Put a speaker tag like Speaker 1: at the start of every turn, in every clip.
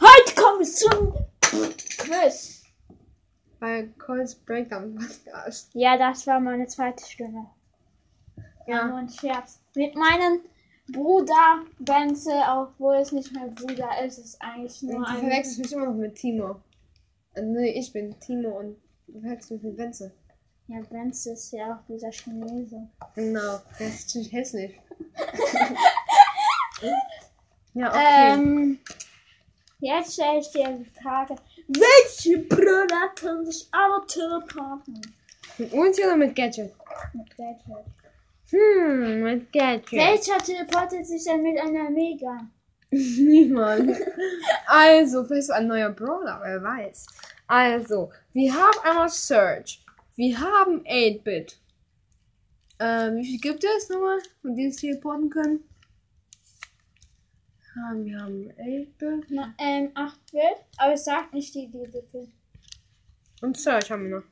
Speaker 1: Heute kommen wir zum Quiz.
Speaker 2: Bei Cole's Breakdown Podcast.
Speaker 1: Ja, das war meine zweite Stimme. Ja. Nur ein Scherz. Mit meinem Bruder Benze, obwohl es nicht mein Bruder ist, ist eigentlich
Speaker 2: Du
Speaker 1: nur ein.
Speaker 2: verwechselst mich immer noch mit Timo. Äh, Nee, ich bin Timo und du verwechselst mich mit Wenzel.
Speaker 1: Ja, Benze ist ja auch dieser Chinese.
Speaker 2: Genau, das ist ziemlich hässlich. ja, okay.
Speaker 1: Ähm, jetzt stelle ich dir die Frage: Welche Brüder können sich alle teleporten?
Speaker 2: Mit Ulti oder mit Gadget?
Speaker 1: Mit welcher?
Speaker 2: Hm, mit Gadget.
Speaker 1: Welcher teleportet sich denn mit einer Mega?
Speaker 2: Niemand. Also, vielleicht so ein neuer Brawler, wer weiß. Also, wir haben einmal Search. Wir haben 8-Bit. Ähm, wie viel gibt es nochmal, mit denen es teleporten können? Ah, wir haben 8-Bit.
Speaker 1: Na, ähm, 8 wird, aber es sagt nicht die, die, die, die.
Speaker 2: Und Search haben wir noch.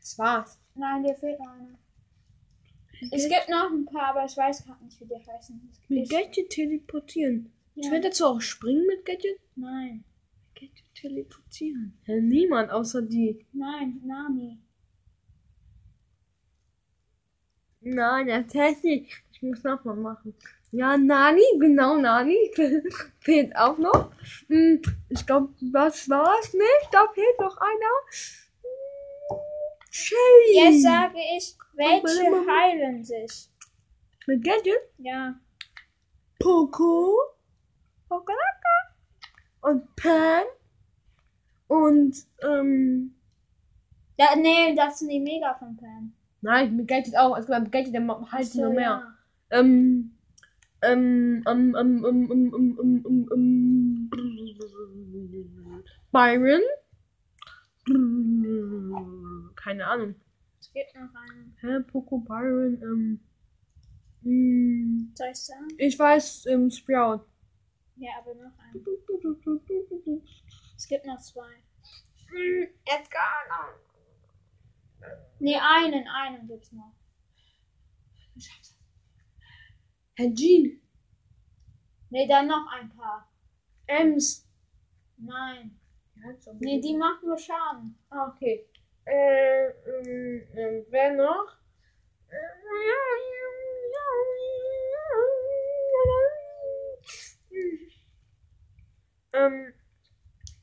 Speaker 2: Das war's.
Speaker 1: Nein, dir fehlt noch einer. Es gibt noch ein paar, aber ich weiß gerade nicht, wie die heißen.
Speaker 2: Mit Gadget teleportieren. Ich
Speaker 1: ja.
Speaker 2: werde dazu auch springen mit Gadget.
Speaker 1: Nein,
Speaker 2: Gadget teleportieren. Ja, niemand außer die.
Speaker 1: nein, Nami.
Speaker 2: Nein, das heißt nicht. Ich muss nochmal machen. Ja, Nani, genau Nani. fehlt auch noch. Hm, Ich glaube, das war's nicht. Da fehlt noch einer. Hm, Shelly.
Speaker 1: Jetzt sage ich, welche
Speaker 2: Mama, Mama.
Speaker 1: heilen sich.
Speaker 2: Mit Gadget.
Speaker 1: Ja,
Speaker 2: Poco. Pokolaka. Und Pan. Und, ähm.
Speaker 1: da, nee, das sind die Mega von Pan.
Speaker 2: Nein, mit Gadget auch. Es gibt mit Gadget, der halt
Speaker 1: So,
Speaker 2: noch mehr.
Speaker 1: ja.
Speaker 2: Ähm, ähm, ähm, ähm, ähm, ähm, ähm, ähm, ähm, ähm, Byron? Keine Ahnung.
Speaker 1: Es gibt noch einen.
Speaker 2: Hä, Poco Byron, ähm. hm,
Speaker 1: Soll ich sagen?
Speaker 2: Ich weiß, ähm, Sprout.
Speaker 1: Ja, aber noch einen. Es gibt noch zwei.
Speaker 2: Edgar,
Speaker 1: Nee, einen, einen gibt's noch.
Speaker 2: Herr Jean.
Speaker 1: Nee, dann noch ein paar.
Speaker 2: Ems.
Speaker 1: Nein. Nee, die machen nur Schaden.
Speaker 2: Ah, okay. Äh, ähm, ähm, wer noch? Ähm,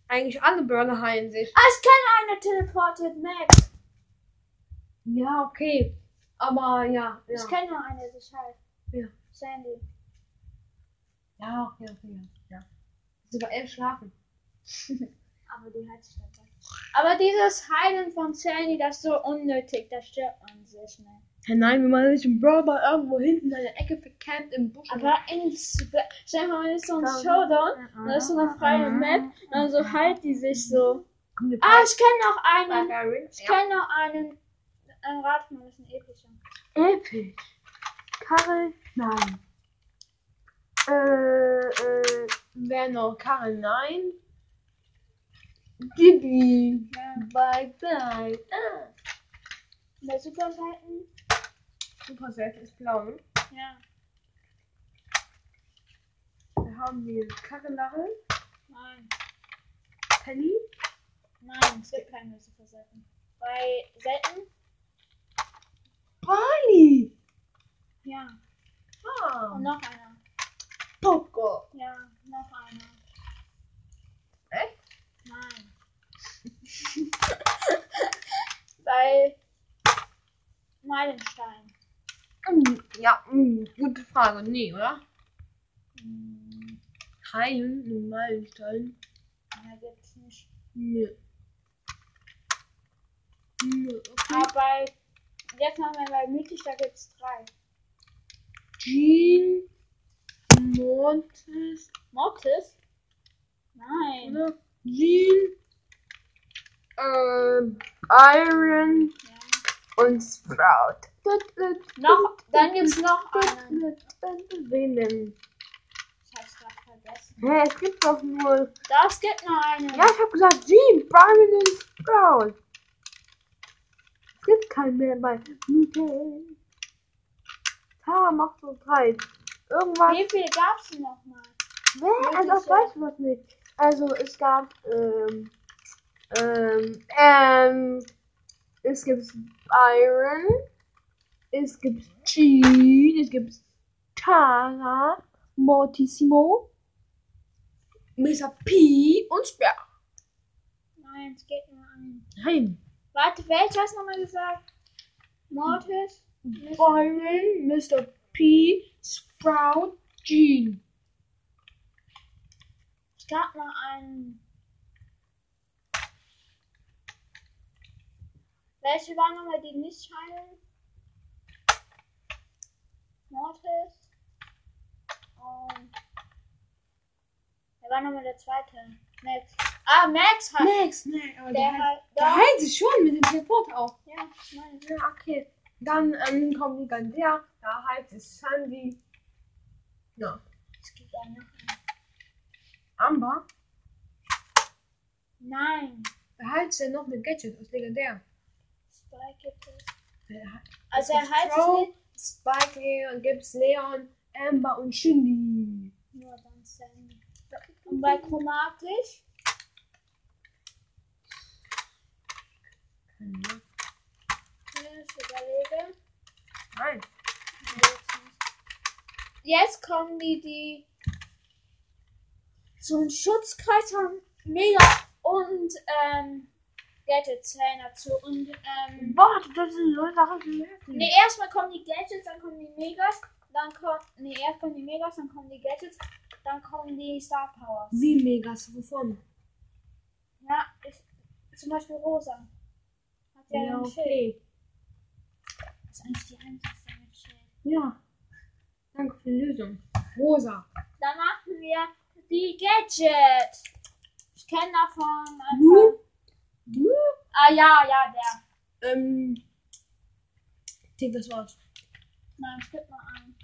Speaker 2: eigentlich alle Brawler heilen sich.
Speaker 1: Ah, ich kenne eine teleportiert, Max.
Speaker 2: Ja, okay. Aber ja,
Speaker 1: Ich kenne nur eine, die sich heilt.
Speaker 2: Ja.
Speaker 1: Sandy.
Speaker 2: Ja, okay, okay, ja. Sogar elf schlafen.
Speaker 1: Aber die heilt sich dabei. Aber dieses Heilen von Sandy, das ist so unnötig. Da stirbt man sehr schnell.
Speaker 2: Ja, nein, wenn man sich im Brawler irgendwo hinten in einer Ecke verkämpft im Busch.
Speaker 1: Aber in Sp- Stell dir mal, man ist so ein
Speaker 2: Dann-
Speaker 1: Showdown. Und das ist so eine freie Map. Und dann so heilt die sich so.
Speaker 2: Kommt die
Speaker 1: Ah, ich kenne noch einen.
Speaker 2: Byron.
Speaker 1: Ich kenne noch einen. Ein Rat mal, das ist ein epischer.
Speaker 2: Epic. Karel, nein. Äh, äh, wer noch? Karel, nein. Gibi.
Speaker 1: Ja.
Speaker 2: Bye, bye. Ah.
Speaker 1: Bei Super Titan.
Speaker 2: Super selten ist blau, ne?
Speaker 1: Ja.
Speaker 2: Da haben wir Karel, Larel,
Speaker 1: Nein.
Speaker 2: Penny.
Speaker 1: Nein, es gibt keine Super Titan. Bei Selten?
Speaker 2: Barney.
Speaker 1: Ja.
Speaker 2: Ah. oh
Speaker 1: Und noch einer.
Speaker 2: Poco.
Speaker 1: Ja, noch einer.
Speaker 2: Echt?
Speaker 1: Nein. Bei Meilenstein.
Speaker 2: Mm, Ja, mm, gute Frage. Nee, oder?
Speaker 1: Hm,
Speaker 2: Heilen, ein Meilenstein.
Speaker 1: da gibt's nicht.
Speaker 2: Nee. Nee, okay.
Speaker 1: Aber Ah, bei, jetzt machen wir bei Mythisch, da gibt's drei.
Speaker 2: Jean Montes,
Speaker 1: Mortis? Nein.
Speaker 2: oder? Jean, äh, Iron
Speaker 1: Ja.
Speaker 2: und Sprout.
Speaker 1: Noch, dann gibt's noch einen.
Speaker 2: Wen denn?
Speaker 1: Ich hab's grad vergessen.
Speaker 2: Hä, es gibt doch nur.
Speaker 1: Das gibt noch einen.
Speaker 2: Ja, ich hab gesagt Jean, Byron und Sprout. Es gibt keinen mehr bei Michael. Tara macht so drei. Irgendwas.
Speaker 1: Wie viel gab's denn nochmal?
Speaker 3: Nee, also
Speaker 1: Wirklich,
Speaker 3: das weiß ich was nicht. Also es gab, ähm, ähm, ähm, es gibt Iron, es gibt Jean, es gibt Tara, Mortissimo, Mr. P und Spear.
Speaker 1: Nein, es geht nur ein.
Speaker 2: Nein.
Speaker 1: Warte, welcher hast du nochmal gesagt? Mortis?
Speaker 3: Byron, Mr. P, Sprout, Jean.
Speaker 1: Es gab mal einen. Welche waren nochmal die nicht heilen? Mortis. Und. Wer war nochmal der zweite? Max. Ah, Max hat.
Speaker 2: Max, nein, aber
Speaker 1: Der hat.
Speaker 2: Der heilt sich schon mit dem Teleport auch.
Speaker 1: Ja, ich meine.
Speaker 2: Ja, okay. Dann ähm, kommt wieder der, da heißt es Sandy,
Speaker 1: Es gibt einen. noch.
Speaker 2: Amber.
Speaker 1: Nein.
Speaker 2: Da heißt er noch mit Gadget aus Legendär.
Speaker 1: Spike gibt es.
Speaker 2: Der hat-
Speaker 1: Also,
Speaker 2: es
Speaker 1: er
Speaker 2: gibt
Speaker 1: heilt sich
Speaker 2: Crow,
Speaker 1: nicht.
Speaker 2: Spike, Leon, Gibbs, Leon, Amber und Shindy.
Speaker 1: Nur dann Sandy. Und bei chromatisch? Ja, Ich überlege.
Speaker 2: Nein.
Speaker 1: Jetzt kommen die, die so einen Schutzkreis haben, mega und ähm, Gadget-Zellen dazu. Und ähm,
Speaker 3: Warte, das sind so Sachen zu merken.
Speaker 1: ne, erstmal kommen die Gadgets, dann kommen die Megas, dann kommen, ne, erst kommen die Megas, dann kommen die Gadgets, dann kommen die Star Powers.
Speaker 2: Wie Megas, wovon?
Speaker 1: Ja, ich, zum Beispiel Rosa. Hat ja, ein Schild.
Speaker 2: okay.
Speaker 1: Das ist eigentlich die einzige mit Schild.
Speaker 2: Ja. Danke für die Lösung. Rosa.
Speaker 1: Dann machen wir die Gadget. Ich kenne davon einfach.
Speaker 2: Du? Du?
Speaker 1: Ah ja, ja, der.
Speaker 2: Ähm. Ich denke, das war's.
Speaker 1: Nein, es gibt noch einen.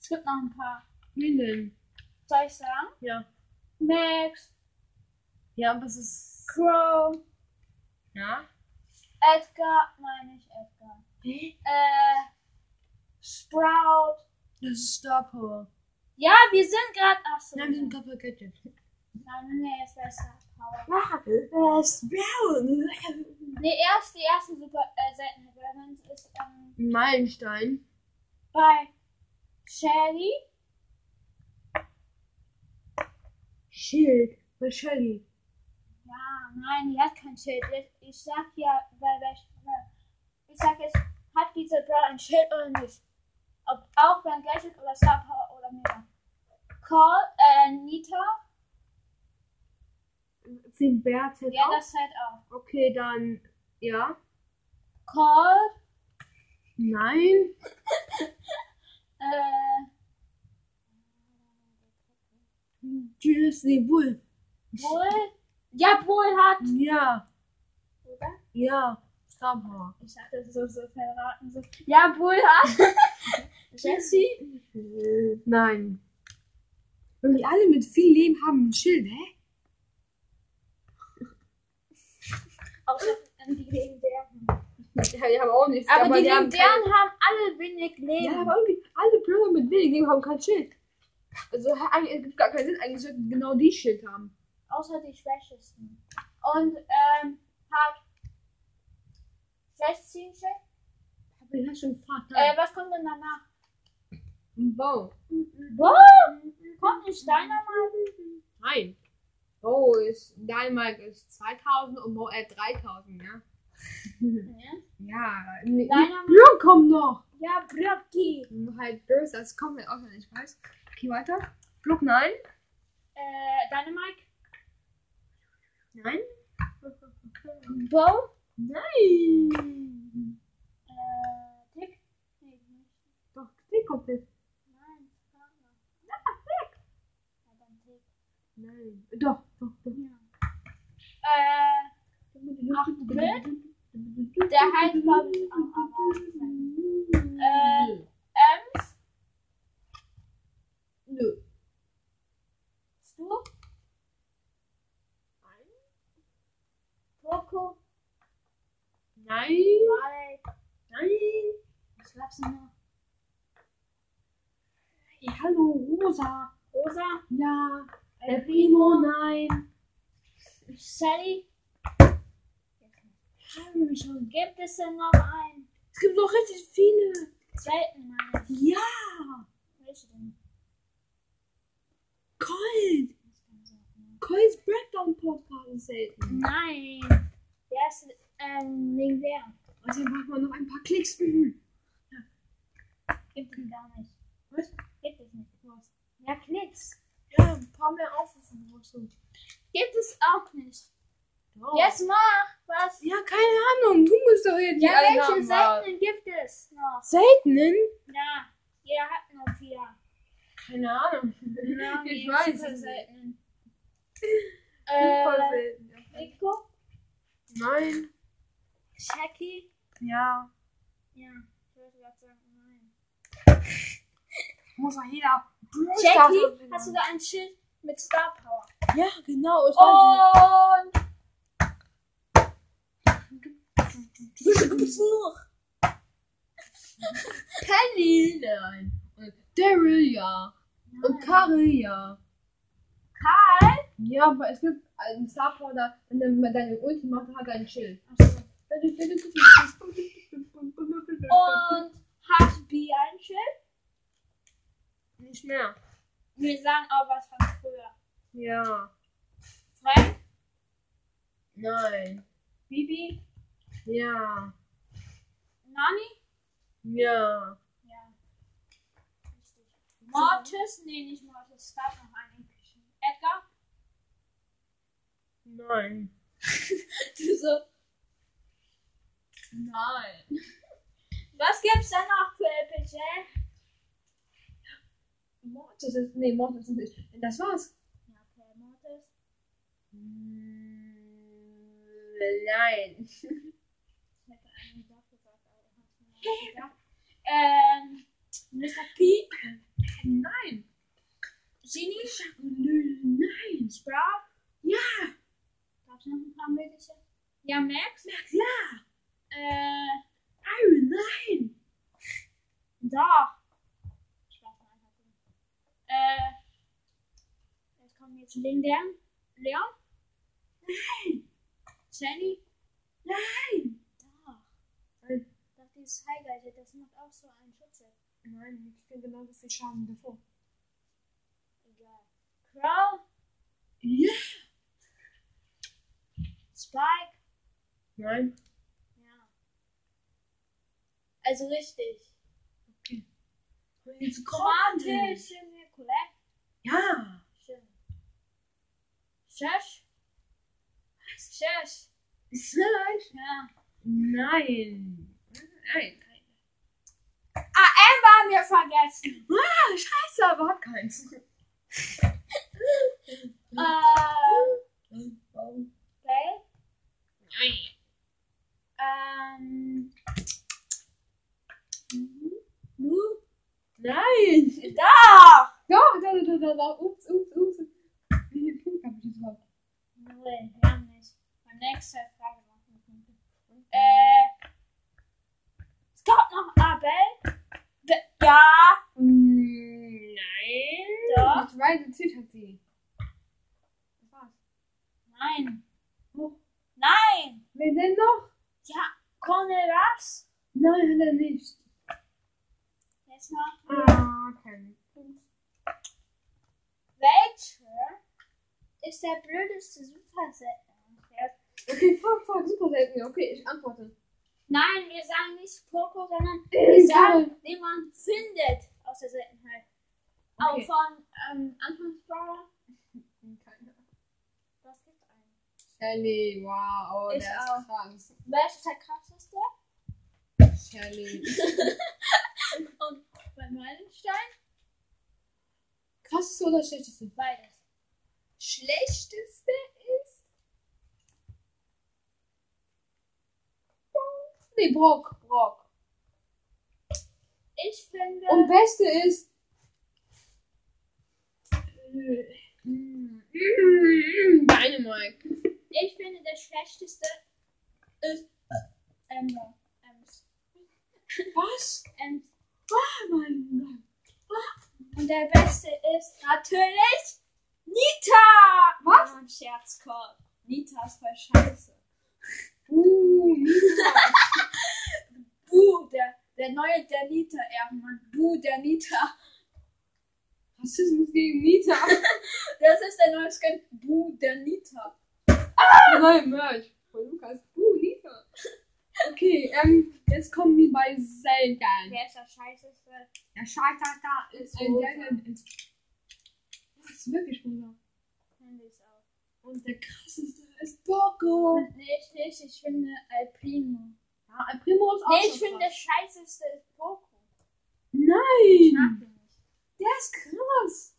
Speaker 1: Es gibt noch ein paar.
Speaker 2: Wen denn?
Speaker 1: Soll ich sagen?
Speaker 2: Ja.
Speaker 1: Max,
Speaker 2: Ja, aber es ist.
Speaker 1: Crow,
Speaker 2: Ja?
Speaker 1: Edgar, nein, nicht Edgar. Äh, Sprout.
Speaker 2: Das ist Star Power.
Speaker 1: Ja, wir sind gerade. Achso.
Speaker 2: Nein, wir sind Couple Gadget.
Speaker 1: nein, nee, jetzt bei Star Power.
Speaker 2: Was?
Speaker 1: Nee, erst die ersten Super äh, seltenen Elements ist ähm,
Speaker 2: Meilenstein.
Speaker 1: bei Shelly.
Speaker 2: Schild. Bei Shelly.
Speaker 1: Ja, nein, die hat kein Schild. Ich, ich sag ja, weil, weil ich- ich sag jetzt, hat diese Bra ein Schild oder nicht? Ob auch beim Gadget oder Star Power oder Mega. Call, äh, Nita,
Speaker 2: Sind Bert jetzt
Speaker 1: ja,
Speaker 2: auch?
Speaker 1: das halt auch.
Speaker 2: Okay, dann. Ja.
Speaker 1: Call,
Speaker 2: Nein.
Speaker 1: äh,
Speaker 2: Disney Wolf.
Speaker 1: Bull, ja, Bull hat,
Speaker 2: Ja.
Speaker 1: oder?
Speaker 2: Ja. Star Power.
Speaker 1: Ich dachte, das ist so, so verraten, so, ja, Bull hat, Jessie,
Speaker 2: Nein. Wenn wir alle mit viel Leben haben ein Schild, hä?
Speaker 1: außer ähm, die Legendären.
Speaker 2: Ja, die haben auch nichts.
Speaker 1: Aber, die Legendären haben alle wenig Leben.
Speaker 2: Ja, aber irgendwie alle Blöcke mit wenig Leben haben kein Schild. Also eigentlich gibt gar keinen Sinn, eigentlich sollten genau die Schild haben.
Speaker 1: außer die schwächesten. Und ähm, hat 16 Schild.
Speaker 2: Hab ich das schon gefragt? Nein.
Speaker 1: Äh, was kommt denn danach? Ähm.
Speaker 2: Wow.
Speaker 1: Boom! Kommt ein Steiner mal?
Speaker 2: Nein. Bo ist, Dynamite ist 2000 und Bo äh 3000, ja? Ja, ne,
Speaker 1: Dynamite-
Speaker 2: Blöcke kommen noch.
Speaker 1: Ja, Brocki.
Speaker 2: Und halt böse, das kommt halt auch noch nicht, weiß. Okay, weiter. Block nein.
Speaker 1: Äh, Dynamite.
Speaker 2: Nein.
Speaker 1: Bo.
Speaker 2: Nein.
Speaker 1: Äh, Tick. Nee, nicht.
Speaker 2: Doch, die kommt jetzt.
Speaker 1: Nein, Partner. Ja, dann Tick.
Speaker 2: Nein. Doch, doch, doch.
Speaker 1: Äh, Bild? Der heißt, glaub ich, auch Amazon. Äh,
Speaker 2: Nö.
Speaker 1: Ems.
Speaker 2: Nö.
Speaker 1: Du?
Speaker 2: Nein.
Speaker 1: Poco.
Speaker 2: Nein.
Speaker 1: Mike.
Speaker 2: Nein.
Speaker 1: Was glaubst du noch?
Speaker 2: Hey, hallo, Rosa.
Speaker 1: Rosa. Rosa,
Speaker 2: Ja.
Speaker 1: El
Speaker 2: Primo, nein.
Speaker 1: Sally. Schon. Gibt es denn noch einen?
Speaker 2: Es gibt noch richtig viele.
Speaker 1: Selten einen.
Speaker 2: Ja.
Speaker 1: Welche denn?
Speaker 2: Colt. Colts Breakdown Podcast ist selten.
Speaker 1: Nein. Der ist ähm, legendär.
Speaker 2: Außerdem braucht man Also, noch ein paar Klicks. Mhm.
Speaker 1: Gibt es gar nicht. Was? Gibt es nicht. Was? Ja, Klicks.
Speaker 4: Ja, ein paar mehr Aufrufe brauchst du.
Speaker 1: Gibt es auch nicht.
Speaker 4: Doch.
Speaker 1: Jetzt mach was.
Speaker 2: Ja, keine Ahnung. Du musst doch hier die
Speaker 1: Ja,
Speaker 2: alle
Speaker 1: welche
Speaker 2: Namen haben.
Speaker 1: Seiten gibt es noch?
Speaker 2: Seltenen?
Speaker 1: Ja, jeder hat nur vier.
Speaker 2: Keine Ahnung.
Speaker 1: Ja,
Speaker 2: Ich
Speaker 1: die
Speaker 2: weiß
Speaker 1: super
Speaker 2: es
Speaker 1: selten.
Speaker 4: Super
Speaker 1: Äh,
Speaker 4: selten.
Speaker 1: Nico,
Speaker 2: Nein.
Speaker 1: Jackie.
Speaker 4: Ja.
Speaker 1: Ja, ich wollte gerade sagen, nein.
Speaker 4: Muss ja jeder.
Speaker 1: Jackie, hast du da ein Schild mit Star Power?
Speaker 2: Ja, genau. Ich oh.
Speaker 1: Und
Speaker 2: Penny, nein. Und Daryl, ja. Und Karel, ja.
Speaker 1: Karl.
Speaker 2: Ja, aber es gibt einen Starport, da, wenn du mal deine Ulti machst, hat er ein Schild.
Speaker 1: Und hat B ein Schild?
Speaker 2: Nicht mehr.
Speaker 1: Wir sagen auch was von früher.
Speaker 2: Ja.
Speaker 1: Frank,
Speaker 2: Nein.
Speaker 1: Bibi,
Speaker 2: Ja.
Speaker 1: Nani?
Speaker 2: Ja.
Speaker 1: Ja. Richtig. Mortis? Nee, nicht Mortis. Es gab noch einen epischen. Edgar?
Speaker 2: Nein.
Speaker 1: Du so,
Speaker 2: Nein.
Speaker 1: was gibt's denn noch für epische?
Speaker 2: Mortis ist. Nee, Mortis ist nicht. Das war's.
Speaker 1: Ja, okay, Mortis.
Speaker 2: Nein.
Speaker 1: Ich hätte einen Satz gesagt, aber ich hab's mir nicht gedacht. Ähm, Mr. P,
Speaker 2: Nein.
Speaker 1: Genie,
Speaker 2: Nein.
Speaker 1: Sprout. Ja. Gab's noch ein paar mögliche? Ja, Max. Max, ja. Äh,
Speaker 2: Iron, nein.
Speaker 1: doch. Ich weiß mal einfach nicht. Äh, jetzt kommen jetzt Lindan, Leon. Nein. Jenny.
Speaker 2: Nein.
Speaker 1: Doch.
Speaker 2: Nein.
Speaker 1: Doch, dieses Highlight, das macht auch so einen Schütze.
Speaker 4: Nein, ich bin genau so viel Schaden davor.
Speaker 1: Egal. Crow,
Speaker 2: Ja.
Speaker 1: Spike.
Speaker 2: Nein.
Speaker 1: Ja. Also richtig.
Speaker 2: Jetzt
Speaker 1: Kroatisch sind wir korrekt.
Speaker 2: Ja.
Speaker 1: Schön. Schösch. Schösch.
Speaker 2: Nein.
Speaker 1: Ja.
Speaker 2: Nein. Nein.
Speaker 1: Ah, Amber haben wir vergessen.
Speaker 2: Ah, scheiße, aber hab keins.
Speaker 1: Äh,
Speaker 2: Warum?
Speaker 1: okay. Ähm.
Speaker 2: Lu? Mhm. Nein.
Speaker 1: Doch.
Speaker 2: Doch, da, da, da, da. Ups, ups, ups. Wie viele Punkte hab ich jetzt überhaupt?
Speaker 1: Null, wir haben nicht. Beim nächsten Mal Frage machen können. Äh. Es kommt noch Abel. D- Ja.
Speaker 2: Nein.
Speaker 1: Doch.
Speaker 2: Ich weiß, inzwischen hat sie. Das war's.
Speaker 1: Nein. Oh.
Speaker 2: Wo?
Speaker 1: Nein.
Speaker 2: Wer denn noch?
Speaker 1: Ja, Cornel Raps.
Speaker 2: Nein, hat er nicht.
Speaker 1: Jetzt noch
Speaker 2: Ah, kein.
Speaker 1: Welcher ist der blödeste Supersatz?
Speaker 2: Okay, fuck, fuck, super selten. Okay, ich antworte.
Speaker 1: Nein, wir sagen nicht Poco, sondern wir
Speaker 2: Ich
Speaker 1: sagen, den man findet aus der Seltenheit. Auch
Speaker 2: Okay.
Speaker 1: von ähm, Anfangsbauer. Das gibt einen.
Speaker 2: Shelly, wow,
Speaker 1: Ich
Speaker 2: der ist
Speaker 1: auch.
Speaker 2: krass.
Speaker 1: Welcher ist halt der krasseste?
Speaker 2: Shelly.
Speaker 1: Und bei Meilenstein?
Speaker 2: Krasseste oder schlechteste?
Speaker 1: Beides.
Speaker 2: Schlechteste ist. Nee, Brock, Brock.
Speaker 1: Ich finde.
Speaker 2: Und beste ist. Dynamite.
Speaker 1: Ich finde, der schlechteste ist Amber. Ems.
Speaker 2: Was?
Speaker 1: Ems.
Speaker 2: Oh mein Gott.
Speaker 1: Und der Beste ist natürlich Nita! Was? Ein Scherzkorb. Nita ist voll scheiße.
Speaker 2: Uh,
Speaker 1: Buh, der, der neue der Nita, Ehrenmann. Buh, der Nita.
Speaker 2: Rassismus gegen Nita.
Speaker 1: Das ist der neue Skin. Buh, der Nita.
Speaker 2: Neue Merch von Lukas. Uh, Nita. Okay, ähm, jetzt kommen wir bei Zelda.
Speaker 1: Wer ist der scheißeste?
Speaker 5: Der Scheiter da
Speaker 1: Oh,
Speaker 5: ist
Speaker 2: rosa.
Speaker 5: ist. Das ist wirklich rosa.
Speaker 1: Finde ich auch.
Speaker 5: Und der krasseste ist Boko.
Speaker 1: Und nicht, nicht, Oh, ich finde Alpino.
Speaker 5: Ja, ein Primo ist auch
Speaker 1: Nee, ich
Speaker 5: so
Speaker 1: finde
Speaker 5: krass.
Speaker 1: der scheißeste ist Poco. Hm.
Speaker 5: Nein!
Speaker 1: Ich mag den nicht.
Speaker 5: Der ist krass.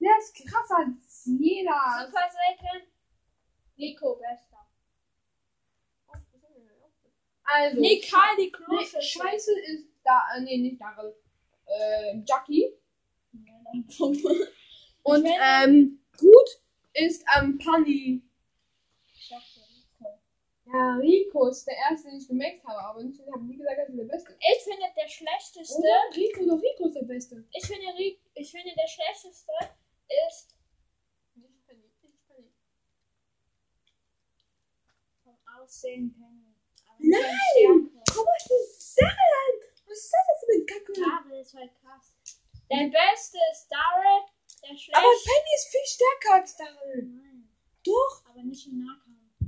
Speaker 5: Der ist krasser als jeder.
Speaker 1: Super Saiyan. Nico Bester.
Speaker 2: Also,
Speaker 1: Nee, Karl die
Speaker 2: nee,
Speaker 1: Klose.
Speaker 2: Scheiße ist da, äh, nee, nicht Daryl. Äh, Jackie.
Speaker 1: Scheiße.
Speaker 2: Und,
Speaker 1: Ich
Speaker 2: ähm, gut ist, ähm, Panny. Ja, Rico ist der erste, den ich gemerkt habe, aber ich habe nie gesagt, dass er der Beste ist.
Speaker 1: Ich finde der schlechteste.
Speaker 2: Oh, Rico, doch Rico ist der Beste.
Speaker 1: Ich finde, Ri- ich finde der schlechteste ist.
Speaker 2: Nicht Penny, nicht Penny.
Speaker 1: Vom Aussehen Penny. Aber Nein!
Speaker 2: Aber Saren! Was ist das denn für eine Kacke?
Speaker 1: Daryl ist halt krass. Der beste ist Daryl. Der
Speaker 2: aber
Speaker 1: schlechteste.
Speaker 2: Penny ist viel stärker als Daryl.
Speaker 1: Nein,
Speaker 2: Doch,
Speaker 1: aber nicht im Nahkampf.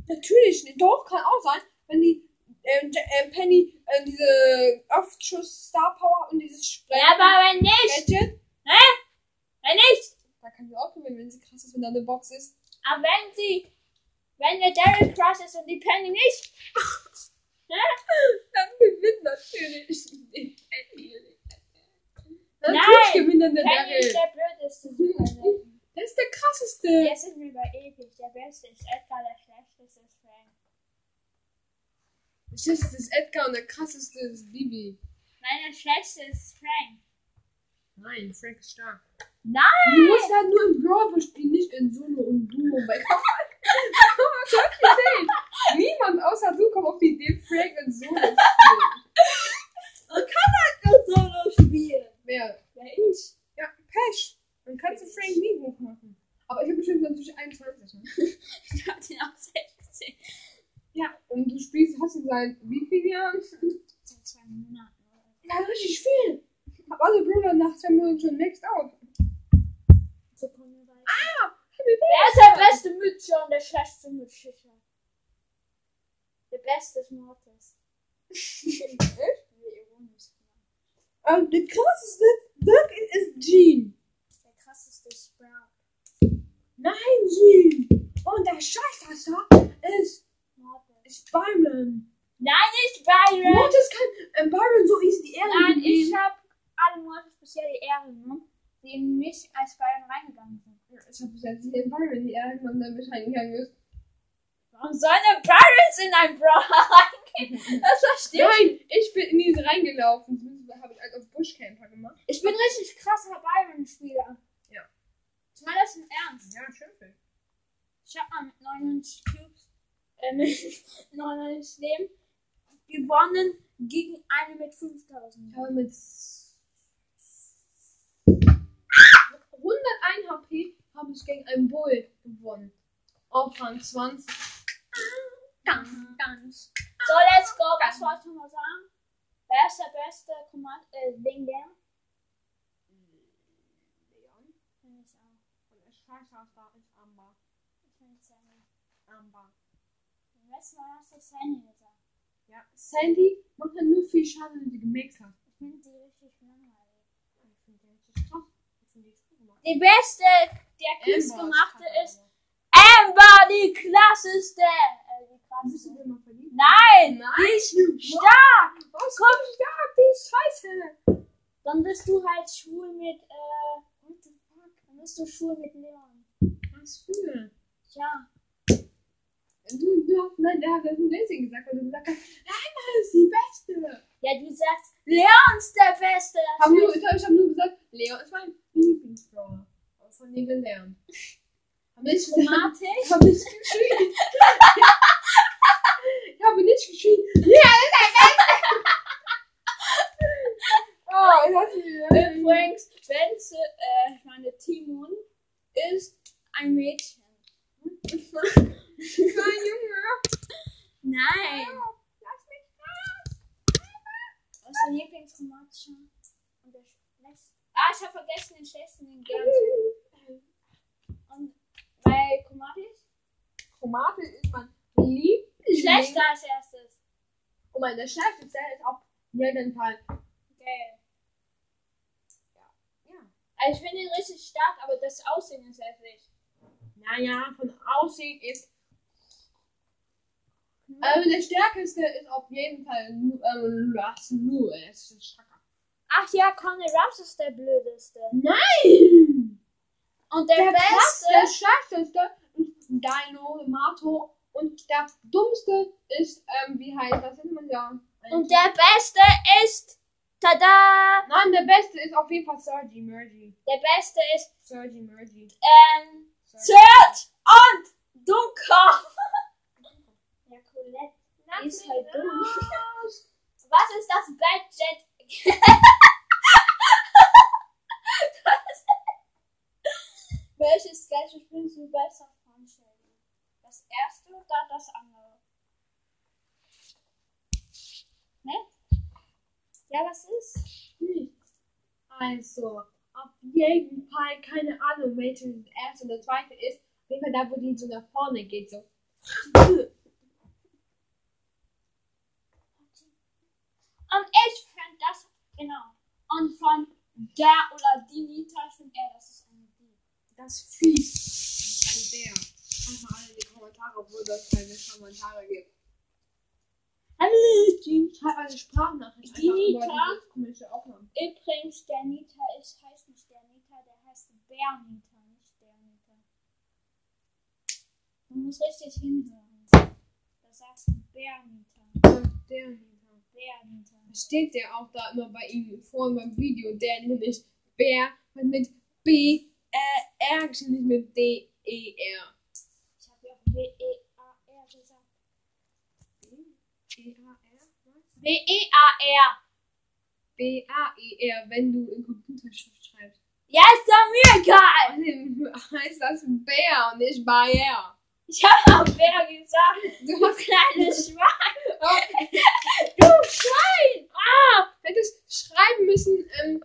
Speaker 2: natürlich. nicht. Doch, kann auch sein, wenn die ähm, J- ähm, Penny äh, diese Aufschuss Star Power und dieses Spray
Speaker 1: Ja, aber wenn nicht!
Speaker 2: Gadget,
Speaker 1: Wenn nicht!
Speaker 2: da kann sie auch gewinnen, wenn sie krass ist, wenn da eine Box ist.
Speaker 1: Aber wenn sie, wenn der Daryl Cross ist und die Penny nicht,
Speaker 2: Dann gewinnt natürlich die Penny.
Speaker 1: Nein,
Speaker 2: Natürlich gewinnt dann der
Speaker 1: Penny ist
Speaker 2: Daryl.
Speaker 1: der blödeste Superhelden.
Speaker 2: Der ist der krasseste.
Speaker 1: Der ist mir bei ewig, der beste ist Edgar, der schlechteste ist Frank.
Speaker 2: Der schlechteste ist Edgar und der krasseste ist Bibi.
Speaker 1: Nein, der schlechteste ist Frank.
Speaker 2: Nein, Frank ist stark.
Speaker 1: Nein!
Speaker 2: Du musst halt nur im Brawl spielen, nicht in Solo und Duo. Weil komm mal, komm mal, auf die Idee. Niemand außer du kommt auf die Idee, Frank in Solo zu spielen.
Speaker 1: Ein Solo-Spiel.
Speaker 2: Wer?
Speaker 1: Wer ich?
Speaker 2: Ja, Pech. Dann kannst du Frank nie hoch machen. Aber ich habe bestimmt natürlich 21. Ne?
Speaker 1: Ich hab den auch 16.
Speaker 2: Ja. Und du spielst, hast ihn seit wie vielen Jahren?
Speaker 1: Seit zwei Monaten. oder
Speaker 2: Ja, richtig viel. Hab alle Brüder nach zwei Monaten schon next out.
Speaker 1: so. Sekunde weiter. Wer ist der beste Mütze und der schlechteste Mütze? Der beste ist Mortis.
Speaker 2: Echt?
Speaker 1: Wie ironisch.
Speaker 2: Und Ähm, der krasseste wirklich ist Jean.
Speaker 1: Der krasseste ist Sprout.
Speaker 2: Nein, Jean. Und der Scheißhasser ist,
Speaker 1: Mortis.
Speaker 2: ist Byron.
Speaker 1: Nein, nicht Byron!
Speaker 2: Mortis kann ähm, Byron so easy die Ehre
Speaker 1: Nein, ich
Speaker 2: geben.
Speaker 1: habe alle Mortis bisher die Ehre genommen, die in mich als Bayern reingegangen sind.
Speaker 2: Ja, Ich habe bis jetzt nicht den Byron die Ehre genommen, der mich reingegangen ist.
Speaker 1: Warum soll denn Barons in ein Brawl reingehen? Das verstehe ich.
Speaker 2: Nein, ich bin in diese reingelaufen. Zumindest habe ich als auf Buschcamper gemacht.
Speaker 1: Ich bin richtig krasser Byron-Spieler.
Speaker 2: Ja.
Speaker 1: Ich meine das im Ernst.
Speaker 2: Ja, schön. Phil.
Speaker 1: Ich habe mal mit 99 Cubes, äh, mit 99 Leben gewonnen gegen eine mit 5000.
Speaker 2: Ich habe mit 101 HP habe ich gegen einen Bull gewonnen. Auf Rang 20.
Speaker 1: Ganz, ganz. So, let's go. Was wolltest du mal sagen? Wer ist der beste Kommand, äh, Ding der?
Speaker 2: Leon
Speaker 1: Finde ich auch.
Speaker 2: und der Scheißhafer ist Amber.
Speaker 1: Ich finde es sehr gut.
Speaker 2: Amber.
Speaker 1: Beim letzten Mal hast du das Handy gesagt.
Speaker 2: Ja. Sandy macht ja nur viel Schaden, wenn sie gemixt hat.
Speaker 1: Ich finde die richtig langweilig.
Speaker 2: Ich finde die richtig krass. Ich finde die ist gut gemacht.
Speaker 1: Die beste, der Kiss
Speaker 2: Amber
Speaker 1: gemachte
Speaker 2: krass,
Speaker 1: ist Amber, die klasseste. Äh, die
Speaker 2: aber. Bist
Speaker 1: krasseste.
Speaker 2: du dir mal verliebt?
Speaker 1: Nein!
Speaker 2: Nein!
Speaker 1: Stark!
Speaker 2: Was komm ich da? Die ist scheiße!
Speaker 1: Dann bist du halt schwul mit, äh, what the fuck? Dann bist du schwul mit Leon.
Speaker 2: Was für?
Speaker 1: Ja.
Speaker 2: Du, du hast, nein, der hat das ein Blödsinn gesagt, weil du gesagt hast, Lana ist die Beste.
Speaker 1: Ja, du sagst, Leon ist der Beste. Das
Speaker 2: Hab nur,
Speaker 1: heißt,
Speaker 2: ich habe hab nur gesagt, Leo ist mein Lieblingsbrawler. Hab von dir gelernt. Hab nicht gemacht.
Speaker 1: dramatisch.
Speaker 2: Ich habe nicht geschrien. ich habe nicht geschrien. Leo ist der Beste. oh, ich hasse
Speaker 1: Übrigens, Schwänze, äh, ich meine, Timon ist ein Mädchen.
Speaker 6: Kein Junge.
Speaker 1: Nein. Was ist dein Lieblingsromantischer? Und der schlechteste. Ah, ich habe vergessen, den schlechtesten den Gern. Und bei Komatis?
Speaker 2: Tomate ist mein Liebling.
Speaker 1: Schlechter als erstes.
Speaker 2: Und meine schlechteste ist auf jeden Fall.
Speaker 1: Geil.
Speaker 2: Ja. Ja.
Speaker 1: Also ich finde ihn richtig stark, aber das Aussehen ist halt hässlich.
Speaker 2: Naja, von Aussehen ist.
Speaker 1: Mhm. Ähm,
Speaker 2: Also der stärkste ist auf jeden Fall ähm, Russ Lewis. Er ist ein starker.
Speaker 1: Ach ja, Conny Ruffs ist der blödeste.
Speaker 2: Nein!
Speaker 1: Und der,
Speaker 2: Der
Speaker 1: beste.
Speaker 2: beste, der schlechteste ist Dino, Mato. Und der dummste ist, ähm, wie heißt das? Nennt man ja.
Speaker 1: Und der beste ist. Tada!
Speaker 2: Nein, der beste ist auf jeden Fall Sergi Mergi.
Speaker 1: Der beste ist.
Speaker 2: Sergi Mergi.
Speaker 1: Ähm, Zert und Dunker. Ja, Colette. Die ist halt dumm. Was ist das Badget? Welches Gadget findest du besser von Shelly? Das erste oder das andere? Ne? Ja, was ist?
Speaker 2: Also, auf jeden Fall, keine Ahnung, welches das erste und das zweite ist. Auf jeden Fall da, wo die so nach vorne geht, so.
Speaker 1: Und ich finde das, genau. Und von der oder die Nita, ich finde eher, das ist eine die.
Speaker 2: Das Vieh. Ein Bär. Schreibt mal alle in die Kommentare, obwohl das keine Kommentare gibt.
Speaker 1: Hallöchen.
Speaker 2: Schreibt eine Sprachnachricht.
Speaker 1: Die
Speaker 2: einfach über
Speaker 1: Nita?
Speaker 2: diese Komische Aufnahme.
Speaker 1: Übrigens, der Nita ist, heißt nicht der Nita, der heißt Bernita, nicht der Nita. Du musst richtig hinhören. Da sagst du Bernita,
Speaker 2: Der Nita.
Speaker 1: Bernita.
Speaker 2: steht der auch da immer bei ihm vorhin beim Video, der nämlich Bär wird mit B äh, R geschrieben, nicht mit D E R.
Speaker 1: Ich habe ja auch W-E-A-R gesagt.
Speaker 2: E A R?
Speaker 1: E W-E-A-R.
Speaker 2: B A E R, wenn du in Computerschrift schreibst.
Speaker 1: Ja, ist doch mir egal.
Speaker 2: Außerdem heißt das Bär und nicht Bayer.
Speaker 1: Ich habe auch Bär gesagt.
Speaker 2: Du
Speaker 1: Du
Speaker 2: hast
Speaker 1: kleines Schwein.
Speaker 2: oh,
Speaker 1: Du Schwein. Ah.
Speaker 2: hättest schreiben müssen, ähm,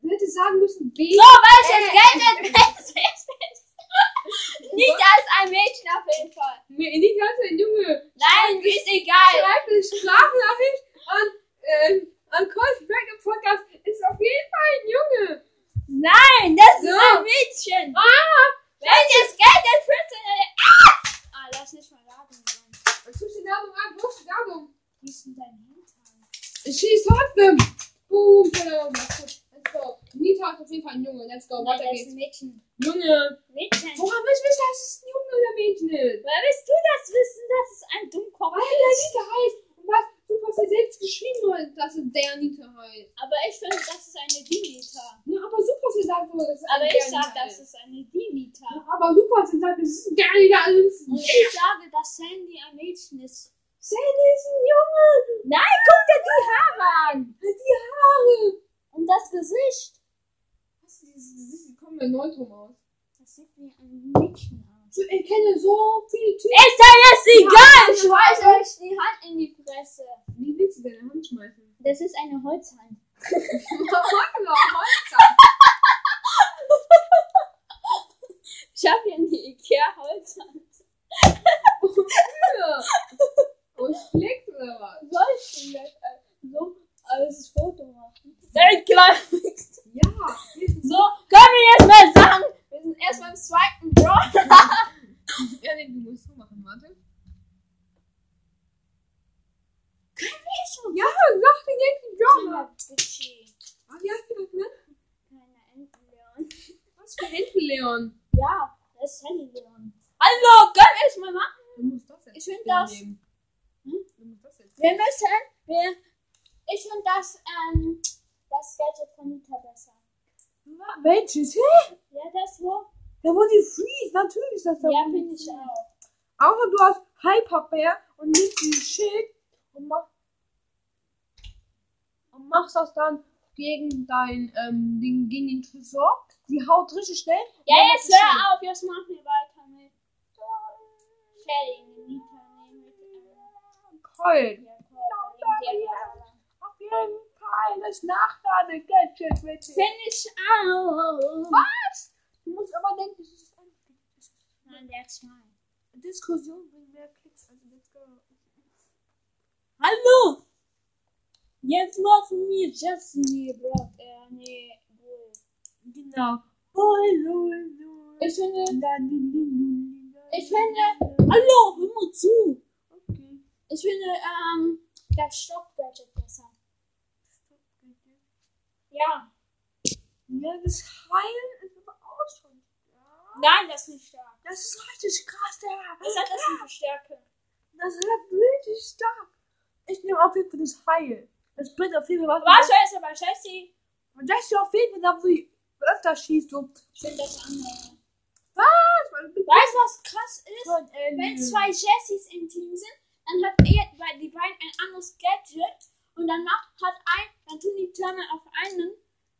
Speaker 2: du hättest sagen müssen B.
Speaker 1: So, welches Geld ist Nita ist ein Mädchen auf jeden Fall.
Speaker 2: Mir in die ganze Junge.
Speaker 1: Nein, ist egal.
Speaker 2: Schreib eine Sprachnachricht an, ähm, an Cold Break im Podcast. Ist auf jeden Fall ein Junge.
Speaker 1: Nein, das ist
Speaker 2: So.
Speaker 1: ein Mädchen.
Speaker 2: Ah!
Speaker 1: Welches Geld ist 14? Ah! Ah, lass nicht mal laden.
Speaker 2: Was tust du da so rein? Wo ist die Werbung?
Speaker 1: Wie ist denn dein Hintern?
Speaker 2: Ich schieß trotzdem. Boom, genau. Let's go. Nita ist auf jeden Fall ein Junge. Let's go. Weiter
Speaker 1: das ist
Speaker 2: geht's.
Speaker 1: ein Mädchen.
Speaker 2: Junge.
Speaker 1: Mädchen.
Speaker 2: Woran willst du wissen, dass es ein Junge oder ein Mädchen ist?
Speaker 1: Woher willst du das wissen, dass es ein Dummkopf
Speaker 2: Weil der
Speaker 1: ist?
Speaker 2: Nita heißt. Und was? Du hast ja selbst geschrieben, nur, dass es der Nita heißt.
Speaker 1: Aber ich finde, das ist eine Dimita.
Speaker 2: Ja, aber super, sie sagt wohl, dass es
Speaker 1: Aber
Speaker 2: ein
Speaker 1: ich
Speaker 2: der
Speaker 1: sage,
Speaker 2: Nita
Speaker 1: das ist eine Dimita.
Speaker 2: Ja, aber super, sie sagt, es ist ein der Nita. Also es ist ein
Speaker 1: Und
Speaker 2: Junge.
Speaker 1: ich sage, dass Sandy ein Mädchen ist.
Speaker 2: Sandy ist ein Junge.
Speaker 1: Nein, guck dir die Haare an.
Speaker 2: Die Haare.
Speaker 1: Und das Gesicht.
Speaker 2: Was ist dieses Gesicht? Wie kommen wir neu drum aus?
Speaker 1: Das sieht wie ein Mädchen aus.
Speaker 2: So, Ich kenne so viele Typen.
Speaker 1: Ist dir jetzt egal?
Speaker 2: Ich schmeiß
Speaker 1: euch die Hand in die Fresse.
Speaker 2: Wie willst du deine Hand schmeißen?
Speaker 1: Das ist eine Holzhand. Ich habe hier eine Ikea-Holzhand.
Speaker 2: Und schlägt oder was?
Speaker 1: Soll ich denn gleich äh, so alles Foto machen? Nein, klar.
Speaker 2: Ja.
Speaker 1: So, können wir jetzt mal sagen, wir sind erst beim zweiten Bro.
Speaker 2: Ja, nee, du musst so machen, warte. Ja, sag den nächsten Drama.
Speaker 1: Bitchy.
Speaker 2: Ah, wie heißt das, ne?
Speaker 1: Kleiner Entenleon.
Speaker 2: Was für Enten, Leon?
Speaker 1: Ja, das ist Handy Leon. Hallo, können wir es mal machen?
Speaker 2: Du musst das Hm? jetzt
Speaker 1: Ich find das-
Speaker 2: nehmen. Du musst das jetzt.
Speaker 1: Wir müssen, wir, ich finde das, ähm, das Gadget von Nita besser.
Speaker 6: Welches? Hä?
Speaker 1: Ja, das wo?
Speaker 6: Da wo die Freeze, natürlich das da.
Speaker 1: Ja, finde ich auch.
Speaker 6: Aber du hast Hyperbär und nimmst dieses Schild und, mach, und machst das dann
Speaker 2: gegen dein ähm, Ding, gegen den Tresor. Die haut richtig schnell.
Speaker 1: Ja,
Speaker 2: Ja,
Speaker 1: jetzt
Speaker 2: das ist
Speaker 1: hör auf, jetzt machen wir weiter mit Shelly. Mit, äh,
Speaker 2: Toll.
Speaker 1: ja, toll,
Speaker 2: Auf jeden Fall das Nachladegadget mit dir.
Speaker 1: Finish out!
Speaker 2: Du musst immer denken, das ist ein
Speaker 1: Nein, der zwei.
Speaker 2: Diskussion bringt mehr Klicks als let's go.
Speaker 1: Hallo! Jetzt laufen wir Justin hier, Bro. Äh, nee, Bull.
Speaker 2: Genau. Ich
Speaker 1: Ich finde,
Speaker 2: Ich
Speaker 1: ich finde, hallo, hör mal zu!
Speaker 2: Okay.
Speaker 1: Ich finde, ähm, das Stockbudget besser. Ja.
Speaker 2: Ja, das Heilen ist aber auch schon. Ja.
Speaker 1: Nein, das ist nicht stark.
Speaker 2: Das ist richtig krass, der.
Speaker 1: Das hat das eine Stärke.
Speaker 2: Das ist halt richtig stark. Ich nehme auf jeden Fall das Heil. Das bringt auf jeden Fall
Speaker 1: War
Speaker 2: was.
Speaker 1: scheiße, aber scheiße.
Speaker 2: Und das ist auf jeden Fall, da wo ich öfter schießt. So.
Speaker 1: Ich finde das andere.
Speaker 2: Und,
Speaker 1: Weißt du, was krass ist?
Speaker 2: ähm,
Speaker 1: Wenn zwei Jessys im Team sind, dann hat er bei die beiden ein anderes Gadget und dann macht, hat ein, dann tun die Türme auf einen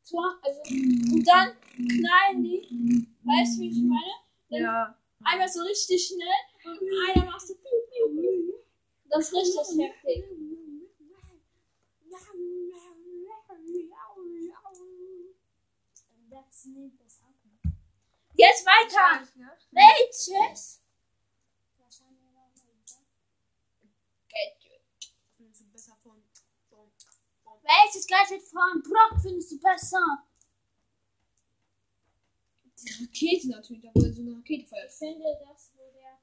Speaker 1: Tor, also, und dann knallen die, weißt du, wie ich meine? Dann
Speaker 2: Ja.
Speaker 1: einmal so richtig schnell und einer macht so piu, piu, piu. Das ist richtig heftig. Das nimmt das ab. Jetzt weiter! Welches? Welches Gadget von Brock findest du besser?
Speaker 2: Die Rakete natürlich, da wurde so eine Rakete feuert.
Speaker 1: Ich finde das, wo der.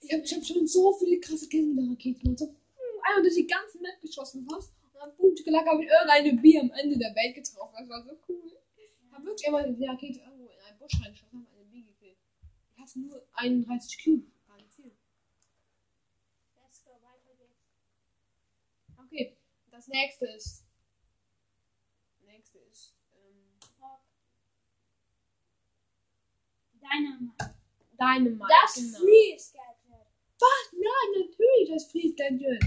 Speaker 2: Ich hab, ich hab schon so viele krasse Kinder mit der Rakete gemacht. So, hm, einmal durch die ganze Map geschossen hast und dann boom, gelag habe ich irgendeine Bier am Ende der Welt getroffen. Das war so cool. Ich hab wirklich einmal die Rakete irgendwo in einen Busch reingeschossen und hab eine Bier gekillt. Ich hatte nur 31 Cube. Gar nicht viel.
Speaker 1: Let's go, weiter geht's.
Speaker 2: Okay, das nächste ist. Nächste ist. Ähm,
Speaker 1: Brock. Deiner Mann.
Speaker 2: deine Meinung.
Speaker 1: Das
Speaker 2: genau.
Speaker 1: Freeze Gadget.
Speaker 2: Nein, natürlich, das fließt dein Geld.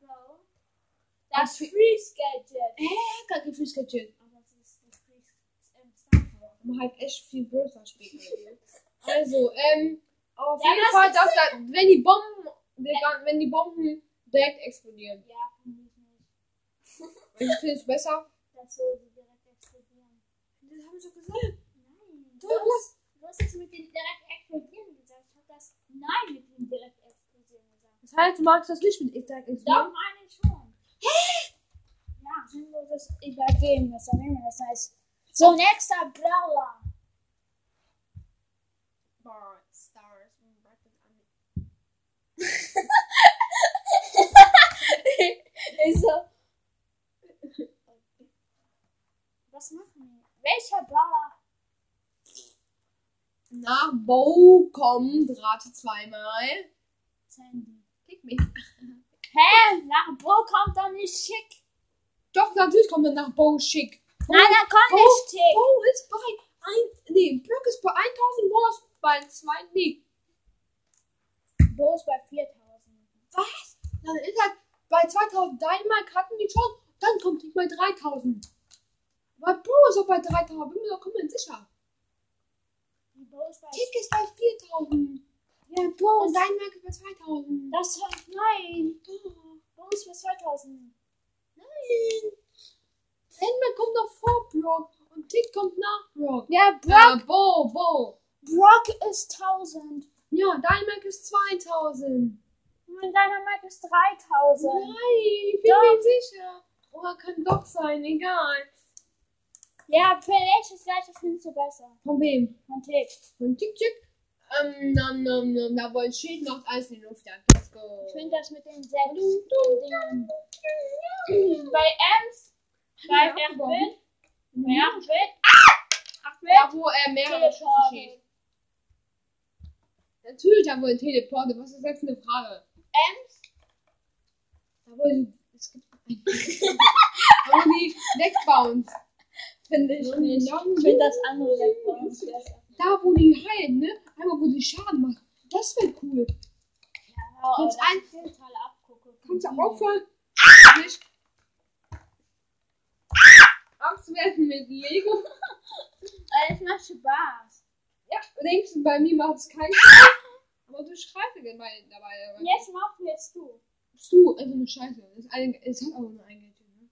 Speaker 1: Go. Das
Speaker 2: Das Fre-
Speaker 1: Freeze
Speaker 2: Äh,
Speaker 1: Gadget. Oh,
Speaker 2: Hacker gefließt dein Geld.
Speaker 1: Aber das ist das Freeze. im Star Power.
Speaker 2: Man halt echt viel größer spielen. also, ähm, auf
Speaker 1: Ja,
Speaker 2: jeden
Speaker 1: das
Speaker 2: Fall,
Speaker 1: ist
Speaker 2: dass da, wenn die Bomben, die gan- wenn die Bomben direkt explodieren.
Speaker 1: Ja, finde ich nicht.
Speaker 2: Ich finde es besser.
Speaker 1: Das würde direkt explodieren.
Speaker 2: Das haben sie gesagt.
Speaker 1: Nein.
Speaker 2: Du
Speaker 1: das-
Speaker 2: musst.
Speaker 1: Du hast es mit dem direkt explodieren gesagt. Ich habe das Nein mit dem direkt explodieren gesagt.
Speaker 2: Das heißt, du magst das nicht mit direkt
Speaker 1: Doch,
Speaker 2: explodieren.
Speaker 1: meine ich schon. Ja, sinnloses Übergeben, was auch immer das heißt. So, nächster Brawler.
Speaker 2: Bar, Stars, und Rocket an.
Speaker 1: Ich so. Was machen wir? Welcher Brawler?
Speaker 2: Na, Bo, komm, rate zweimal.
Speaker 1: Sandy.
Speaker 2: Pick mich.
Speaker 1: Hä? Nach Bo kommt doch nicht schick.
Speaker 2: Doch, natürlich kommt dann nach Bo schick.
Speaker 1: Nein, er kommt
Speaker 2: Bo-
Speaker 1: nicht schick.
Speaker 2: Bo ist bei ein, nee, Block ist bei 1000, Bo ist bei 2, nee,
Speaker 1: Bo ist bei 4000.
Speaker 2: Dann ist halt bei 2000 Dynamite hatten die schon, dann kommt nicht mal 3000. Weil Bo ist auch also bei 3000, bin mir doch komplett sicher.
Speaker 1: Die Bo ist bei.
Speaker 2: Tick ist bei 4000. Ja, Bo und Dynamite ist bei 2000.
Speaker 1: Das nein. Bo ist bei 2000.
Speaker 2: Nein. Dynamite kommt noch vor Brock und Tick kommt nach Brock.
Speaker 1: Ja,
Speaker 2: Ja, Bo, Bo.
Speaker 1: Brock ist 1000
Speaker 2: Ja, Dynamite ist 2000.
Speaker 1: und Dynamite ist 3000.
Speaker 2: Nein, ich bin
Speaker 1: Doch.
Speaker 2: mir sicher. Oder kann doch sein, egal.
Speaker 1: Ja, vielleicht ist gleich das findest du besser.
Speaker 2: Von wem?
Speaker 1: Man tickt.
Speaker 2: Und tick, tick. Ähm, nam, nam, nam, da wollen Schild macht alles in die Luft ab. Let's go.
Speaker 1: Ich finde das mit den sechs Dingen. Bei Ems, bei
Speaker 2: Ja,
Speaker 1: Erwin, bei Erwin,
Speaker 2: Da,
Speaker 1: Achmed,
Speaker 2: wo er mehrere Schüsse schießt.
Speaker 1: Teleport.
Speaker 2: Natürlich, da wollen Teleporte. Was ist jetzt eine Frage?
Speaker 1: Ems,
Speaker 2: Da wollen Es gibt. Aber die wegbauen.
Speaker 1: finde ich nicht. Ich finde das andere Deck bei uns besser.
Speaker 2: Da, wo die heilen, ne? Einmal, wo die Schaden macht. Das wäre cool.
Speaker 1: Ja,
Speaker 2: Wenn's
Speaker 1: oder
Speaker 2: ein-
Speaker 1: ich total abgucke.
Speaker 2: Kannst du aufhören? Nicht. werden mit Lego.
Speaker 1: Äh, Es macht Spaß.
Speaker 2: Ja, denkst du, bei mir macht es keinen Spaß. Aber du schreibst ja dabei. dabei.
Speaker 1: Jetzt machen jetzt du.
Speaker 2: Bist du, also eine Scheiße. Das ist ein, es hat auch nur ein Geld. Ne?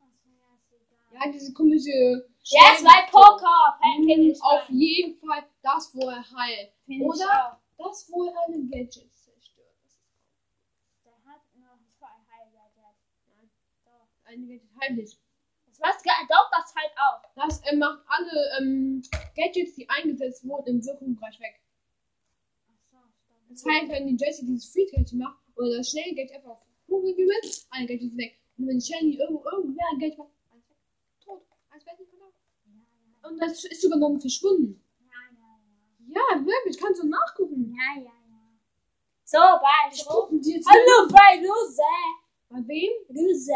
Speaker 2: Ja, diese komische.
Speaker 1: Ja, es war Poker.
Speaker 2: Mhm,
Speaker 1: Pancake
Speaker 2: Auf jeden Fall das, wo er heilt. oder?
Speaker 1: Oder?
Speaker 2: Das, wo er alle Gadgets zerstört.
Speaker 1: Der hat noch zwei Highlighter.
Speaker 2: Nein. Ein Gadget heimlich.
Speaker 1: Das war's, ge- doch, das halt auch.
Speaker 2: Das er macht alle ähm, Gadgets, die eingesetzt wurden, im Wirkungsbereich weg. Das
Speaker 1: halt-
Speaker 2: heißt, wenn die Jessie dieses Free-Gadget macht oder das schnelle Gadget einfach hochgewinnt, ein Gadget ist weg. Und wenn Shelly irgend, irgendwer ein Gadget macht, eins weg. Tot. Eins weg, nicht verloren. Und das ist sogar noch verschwunden. Ja, wirklich, kannst du nachgucken.
Speaker 1: So, bye.
Speaker 2: Ich
Speaker 1: So.
Speaker 2: gucke dir zu.
Speaker 1: Hallo, bye, Loser.
Speaker 2: Bei wem?
Speaker 1: Loser.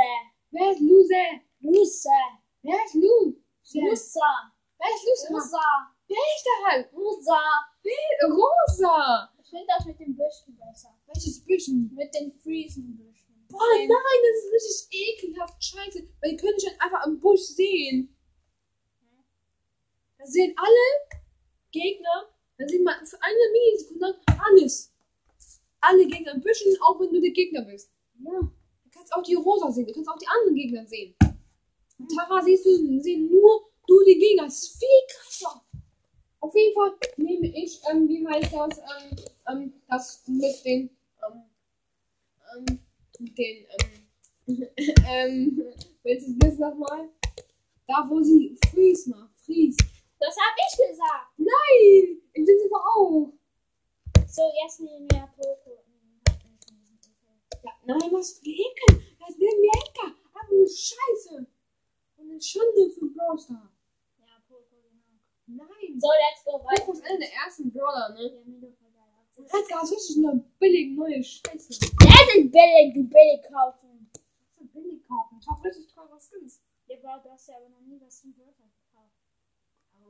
Speaker 2: Wer ist Loser?
Speaker 1: Loser.
Speaker 2: Wer ist Lu? Wer ist
Speaker 1: Loser.
Speaker 2: Loser?
Speaker 1: Loser.
Speaker 2: Wer ist da halt?
Speaker 1: Loser.
Speaker 2: Rosa!
Speaker 1: Ich finde das mit den Büschen besser.
Speaker 2: Welches Büschen?
Speaker 1: Mit den Friesenbüschen.
Speaker 2: Boah, nein, das ist richtig ekelhaft. Scheiße, weil die können schon einfach am Busch sehen. Da sehen alle Gegner, da sieht man für eine Millisekunde alles. Alle Gegner im Büschen, auch wenn du der Gegner bist.
Speaker 1: Ja.
Speaker 2: Du kannst auch die Rosa sehen, du kannst auch die anderen Gegner sehen. Und Tara siehst du, sehen nur du die Gegner. Das ist viel krasser. Auf jeden Fall nehme ich, ähm, wie heißt das, ähm, ähm, das mit den, ähm, ähm, mit den, ähm, ähm, willst du das nochmal? Da, wo sie Fries macht. Fries.
Speaker 1: Das habe ich gesagt.
Speaker 2: Nein! In diesem Fall auch.
Speaker 1: So, jetzt nehmen wir Poco.
Speaker 2: Ja, nein, was für Ekel. Das ist mir Ekel. Aber du Scheiße. Und eine Schande für Brawl Stars.
Speaker 1: Ja, Poco, genau.
Speaker 2: Nein.
Speaker 1: So, let's go.
Speaker 2: Weil Coco ist einer der ersten Brawler, ne?
Speaker 1: weiter.
Speaker 2: Hat gar so richtig eine billige neue Scheiße.
Speaker 1: Das sind billig, du billig kaufen.
Speaker 2: Kannst du billig kaufen? Ich hab richtig teure Skins.
Speaker 1: Ihr braucht das ja aber noch nie was zum Burger gekauft.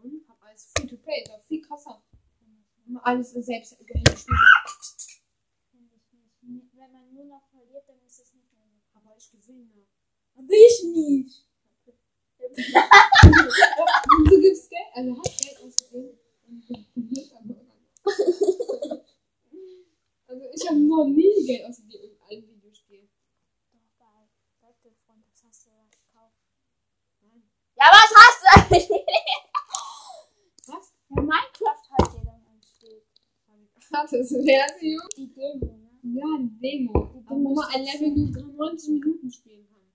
Speaker 2: Und hab alles free to play, ist auch viel krasser. Immer alles selbst gehängt.
Speaker 1: Finde ich nicht. Ne- Wenn man nur noch verliert, dann ist es nicht mehr so.
Speaker 2: Aber ich gewinne.
Speaker 1: Aber ich nicht.
Speaker 2: Und du gibst Geld, also hast Geld ausgegeben. Und verlierst aber immer. Also ich habe noch nie Geld ausgegeben in einem Videospiel.
Speaker 1: Doch, bei Battlefront, das hast du ja gekauft. Ja, was hast du?
Speaker 2: Was?
Speaker 1: ja, Minecraft hat dir dann entsteht.
Speaker 2: Hat es lernen, Junge?
Speaker 1: Die Demo, ne?
Speaker 2: Ja, die Demo. Aber wo man ein Level nur 93 Minuten spielen kann.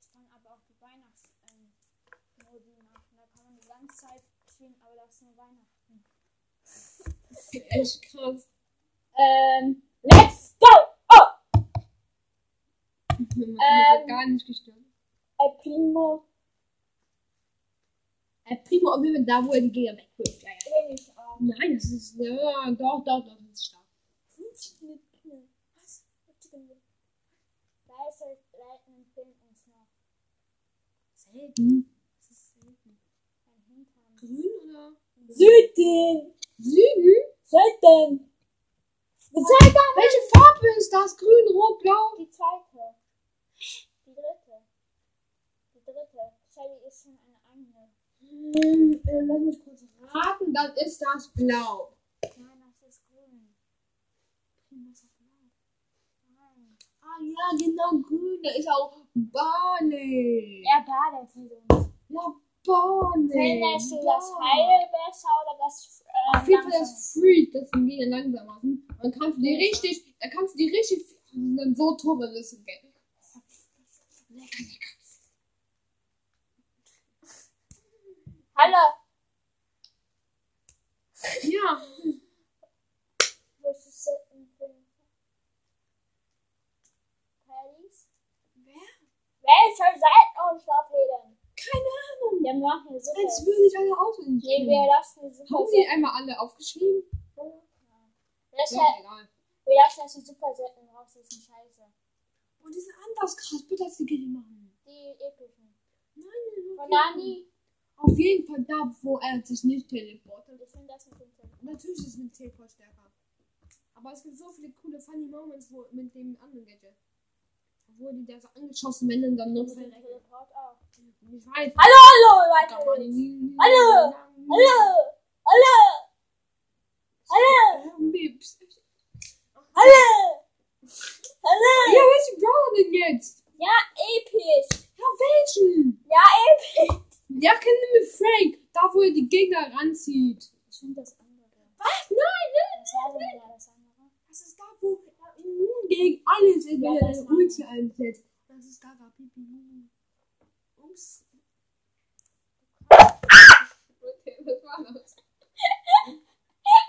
Speaker 1: Ich fange aber auch die Weihnachtsmodi nach. Da kann man die ganze Zeit spielen, aber das ist nur Weihnachten.
Speaker 2: Das ist echt krass.
Speaker 1: Ähm, let's go!
Speaker 2: Man
Speaker 1: Ähm.
Speaker 2: wird gar nicht gestört.
Speaker 1: El Primo.
Speaker 2: Äh, Primo, ob wir da, wo er die Gegner wegwirft. Ja, ja.
Speaker 1: Bin ich auch.
Speaker 2: Nein, das ist. Ja, doch, doch, doch, das ist stark.
Speaker 1: Was? Habt ihr denn- Da ist halt Lightning Film uns noch. Hm.
Speaker 2: Selten. Das ist selten.
Speaker 1: Ein Hintern.
Speaker 2: Grün oder?
Speaker 1: Süden!
Speaker 2: Süden?
Speaker 1: Süden!
Speaker 2: Zeig mal, Hm? welche Farbe ist das? Grün, rot, blau?
Speaker 1: Die zweite. Die dritte. Die dritte. Shelly ist schon eine andere.
Speaker 2: Hm, äh, lass mich kurz raten, dann ist das blau.
Speaker 1: Nein, das ist grün. Nein.
Speaker 2: Ah, ja, genau, grün. Da ist auch Barney.
Speaker 1: Er badet mit uns.
Speaker 2: Ja, Barney.
Speaker 1: Findest du das
Speaker 2: Barney.
Speaker 1: Heil besser oder das äh,
Speaker 2: Auf jeden Fall
Speaker 1: langsam?
Speaker 2: das Freak, das ging ja langsamer. Hm? Dann kannst du die richtig, dann kannst du die richtig, die sind so tot, wenn das ist Geld. Lecker, lecker.
Speaker 1: Hallo!
Speaker 2: Ja.
Speaker 1: Willst du sitzen? Paris?
Speaker 2: Wer?
Speaker 1: Welche Seiten uns abheben?
Speaker 2: Keine Ahnung.
Speaker 1: Wir machen eine Suppe.
Speaker 2: Als würde ich alle auswendig
Speaker 1: Wir,
Speaker 2: kennen.
Speaker 1: wir lassen die Suppe
Speaker 2: Haben die einmal alle aufgeschrieben?
Speaker 1: setzen.
Speaker 2: Ja, egal.
Speaker 1: Wir lassen jetzt die Suppe setzen raus, das ist eine Scheiße.
Speaker 2: Und die sind anders krass, bitte als die Geld machen.
Speaker 1: Die epischen.
Speaker 2: Nein,
Speaker 1: Von
Speaker 2: okay.
Speaker 1: Nani,
Speaker 2: Auf jeden Fall da, wo er sich nicht teleportet.
Speaker 1: ich finde das mit dem Film.
Speaker 2: Natürlich ist mit Teleport stärker. Aber es gibt so viele coole Funny Moments wo, mit dem anderen Gadget. Wo die da so angeschossen werden und dann noch
Speaker 1: Mit dem
Speaker 2: verrecken.
Speaker 1: Teleport auch.
Speaker 2: Ich weiß.
Speaker 1: Hallo, Leute!
Speaker 2: Hallo!
Speaker 1: Hallo! Hallo!
Speaker 2: Ähm, Mips.
Speaker 1: Hallo! Hallo!
Speaker 2: Ja, welchen Brawler denn jetzt?
Speaker 1: Ja, episch!
Speaker 2: Ja, welchen?
Speaker 1: Ja, episch!
Speaker 2: Ja, kennen wir mit Frank. Da, wo er die Gegner ranzieht.
Speaker 1: Ich finde das andere. Was? Nein, nein, nein! Das andere.
Speaker 2: Das ist da, wo er immun gegen alles ist, wenn
Speaker 1: Ja,
Speaker 2: er
Speaker 1: das
Speaker 2: eine
Speaker 1: war-
Speaker 2: Ulti einsetzt. Das ist da, da, Pipi. Mumu. Ups. Okay, was war das?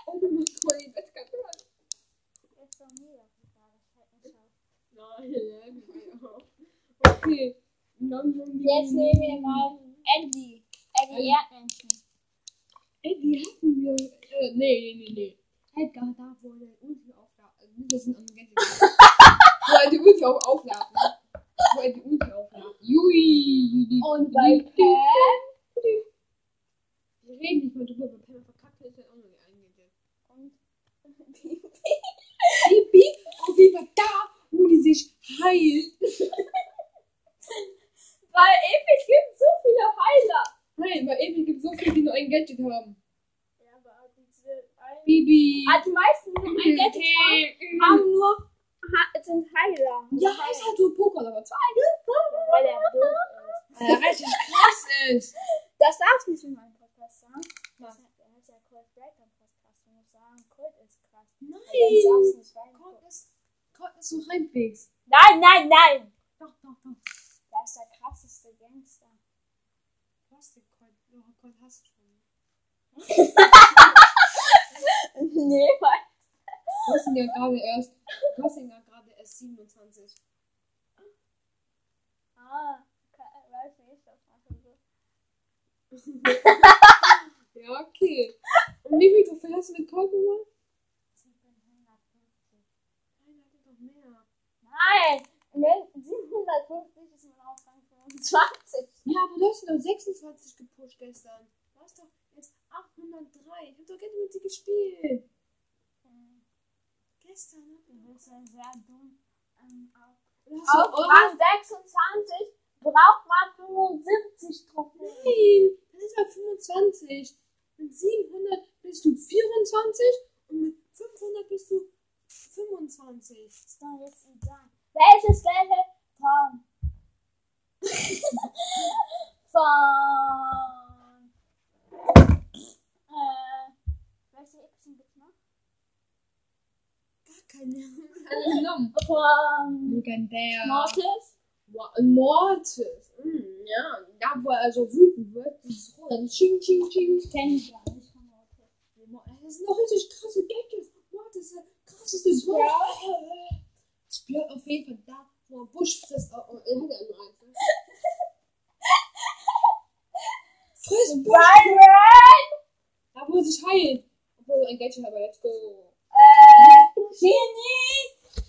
Speaker 2: Oh, du musst voll die Bettkarte
Speaker 1: Das ist doch mega gut, das fällt mir auf.
Speaker 2: Nein, Okay. Jetzt
Speaker 1: Jetzt nehmen wir mal Andy. Andy Erdmännchen.
Speaker 2: Ey, die hatten wir. Äh, nee, nee, nee, nee. Edgar da, wo der Ulti aufladen. Also, nicht, das sind andere Gadgets. Wo er die Ulti auch aufladen. Wo er die Ulti aufladen. Jui.
Speaker 1: Und bei Pam.
Speaker 2: Wir reden nicht mehr drüber, weil Pam verkackt ist, dann auch noch nicht eingegangen. Bibi, auf jeden Fall da, wo die sich heilt.
Speaker 1: Weil episch gibt so viele Heiler.
Speaker 2: Nein, bei Amy gibt es so viele, die nur ein Gadget haben.
Speaker 1: Ja, aber diese einen.
Speaker 2: Bibi.
Speaker 1: Ah, die meisten, die nur ein Gadget haben, haben nur. Ha sind Heiler.
Speaker 2: Ja, heißt halt so Poker, aber zwei.
Speaker 1: Weil er blöd ist.
Speaker 2: Weil er richtig krass ist.
Speaker 1: Das darfst du nicht in meinem Podcast sagen.
Speaker 2: Was?
Speaker 1: Das hat- Er hat ja Cold Break am Podcast. Du musst sagen, Cold ist krass.
Speaker 2: Nein.
Speaker 1: Aber sonst darfst du nicht reingucken.
Speaker 2: Gott ist, Gott ist so halbwegs.
Speaker 1: Nein, nein, nein!
Speaker 2: Doch, doch, doch.
Speaker 1: Das ist der krasseste Gangster.
Speaker 2: Du hast den Colt. Oh, Colt hast du schon.
Speaker 1: nee, weil.
Speaker 2: Du hast ihn ja gerade erst. Du hast ihn ja gerade erst 27.
Speaker 1: Ah, ke- weiß nicht, das macht er so.
Speaker 2: Ja, okay. Und wie viel Trophäen hast du mit Colt gemacht? Nein, er hat doch mehr.
Speaker 1: Nein! Wenn 750 ist man auf Rang 25.
Speaker 2: Ja, aber du hast ihn doch 26 gepusht gestern. Du hast doch jetzt 803. Ich hab doch gerne mit dir gespielt. Gestern,
Speaker 1: Du
Speaker 2: ne?
Speaker 1: bist ja sehr dumm. Ähm, auf
Speaker 2: Du hast
Speaker 1: auf
Speaker 2: doch
Speaker 1: Rang 26 braucht man 75 Trophäen.
Speaker 2: Nein, das ist ja 25. Mit 700 bist du 24 und mit 500 bist du 25.
Speaker 1: Das kann jetzt nicht sein. Welches Level von. von. Äh. Welche Epischen gibt's noch?
Speaker 2: Gar keine. Alle genommen.
Speaker 1: Von.
Speaker 2: Legendär.
Speaker 1: Mortis.
Speaker 2: Wa- Mortis. Mm, ja, da wo er so wütend wird, dieses Rohr, dann ching, ching, ching.
Speaker 1: Kenn ich gar nicht von Mortis.
Speaker 2: Das sind doch richtig krasse Gadgets. Mortis ist das krasseste Wort. Ja.
Speaker 1: Äh,
Speaker 2: Spielt auf jeden Fall da, wo er Busch frisst. Oh, oh, er hat ja nur eins. ne? Frisst Busch.
Speaker 1: Byron!
Speaker 2: Da wo er sich heilt. Obwohl er ein Gadget hat, aber let's go.
Speaker 1: Äh. Genie!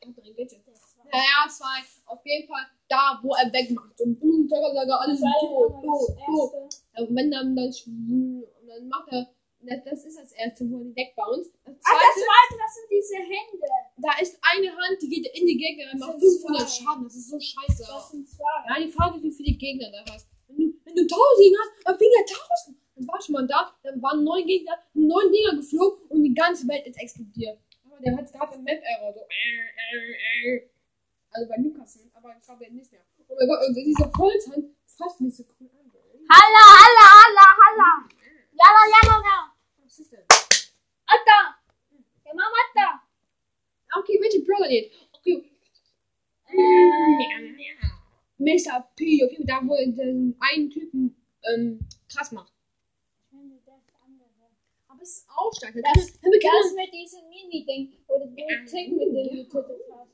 Speaker 2: Er hat noch ein Gadget. Naja, zwei. Auf jeden Fall da, wo er wegmacht. Und boom, tagga, tagga, alles tot, tot, tot. Und wenn dann, dann, sch- und dann macht er, das, das ist das erste, wo er die wegbounced. Das
Speaker 1: Ach, Ah, das
Speaker 2: zweite,
Speaker 1: zweite, das sind diese Hände.
Speaker 2: da ist eine Hand, die geht in die Gegner und
Speaker 1: Das
Speaker 2: macht
Speaker 1: sind zwei.
Speaker 2: 500 Schaden. Das ist so scheiße.
Speaker 1: Das sind zwei.
Speaker 2: Ja, die Frage ist, wie viele Gegner da hast. Wenn du, wenn du 1000 hast, dann fing er 1000. Dann war schon mal da, dann waren neun Gegner, neun Dinger geflogen und die ganze Welt ist explodiert. Aber der hat gerade im Map-Error so. äh, äh, äh. Also bei Lukas, ne? aber ich glaube er nicht mehr. Oh mein Gott, und diese Holzhand fasst mich so cool an. ey.
Speaker 1: Halla, halla, halla, halla. Jalla, jalla, jalla.
Speaker 2: Was ist denn?
Speaker 1: Atta. Ja, Mama, Atta.
Speaker 2: Ah, Okay, welche Brother jetzt? Okay.
Speaker 1: Hm.
Speaker 2: Mr. P, okay, da wo er den einen Typen ähm, krass macht. Aber es ist auch stark.
Speaker 1: Das-
Speaker 2: Damit- damit kann
Speaker 1: Das mit diesem Mini-Ding, wo du den Tick mit dem
Speaker 2: Ja. Mm.
Speaker 1: getötet hast.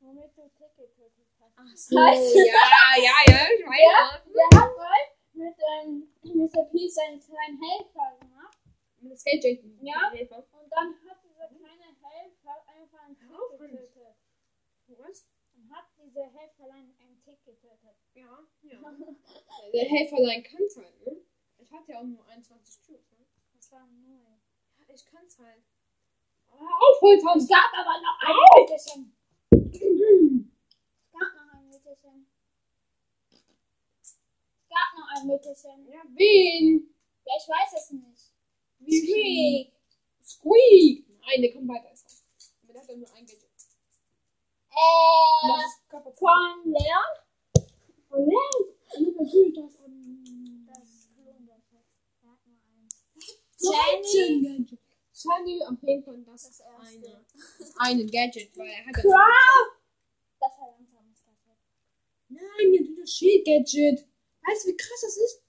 Speaker 1: Womit du Tick getötet hast.
Speaker 2: Ach so,
Speaker 1: Weißt du?
Speaker 2: ja, ja, ja, ich weiß ja.
Speaker 1: Der hat mal mit ähm, Mr. P seinen kleinen Helfer gemacht.
Speaker 2: Mit Skate-Jacken.
Speaker 1: Ja.
Speaker 2: Helfer.
Speaker 1: Und dann hat dieser
Speaker 2: Mhm.
Speaker 1: kleine Helfer einfach einen Tick
Speaker 2: Aufregend.
Speaker 1: getötet.
Speaker 2: Was?
Speaker 1: Und hat diese Helferlein einen Tick getötet.
Speaker 2: Ja, ja. Der Helfer sein kann's halt, ne? Ich hatte ja auch nur 21 Cubes, ne?
Speaker 1: Das war neu.
Speaker 2: Ich kann's halt. Aber auf, Holzhaus!
Speaker 1: Es gab aber noch ein Mütterchen. Es gab noch ein Mütterchen. anmitteln.
Speaker 2: Ja, wen?
Speaker 1: Ja, ich weiß es nicht.
Speaker 2: Squeak. Squeak. Nein, der kommt weiter. Ist er. Der hat ja nur ein Gadget.
Speaker 1: Äh,
Speaker 2: Das ist Körper.
Speaker 1: von Leon?
Speaker 2: Oh, ja. Lieber Gül, das an.
Speaker 1: Das ist Klon, der hat nur eins. Jenny.
Speaker 2: Jenny. Jenny am Pinkeln, das ist
Speaker 1: erste.
Speaker 2: eine. Das eine Gadget, weil er hat ja.
Speaker 1: Das war langsam. das war gut.
Speaker 2: Nein, ihr tut das Shield-Gadget. Weißt du, wie krass das ist?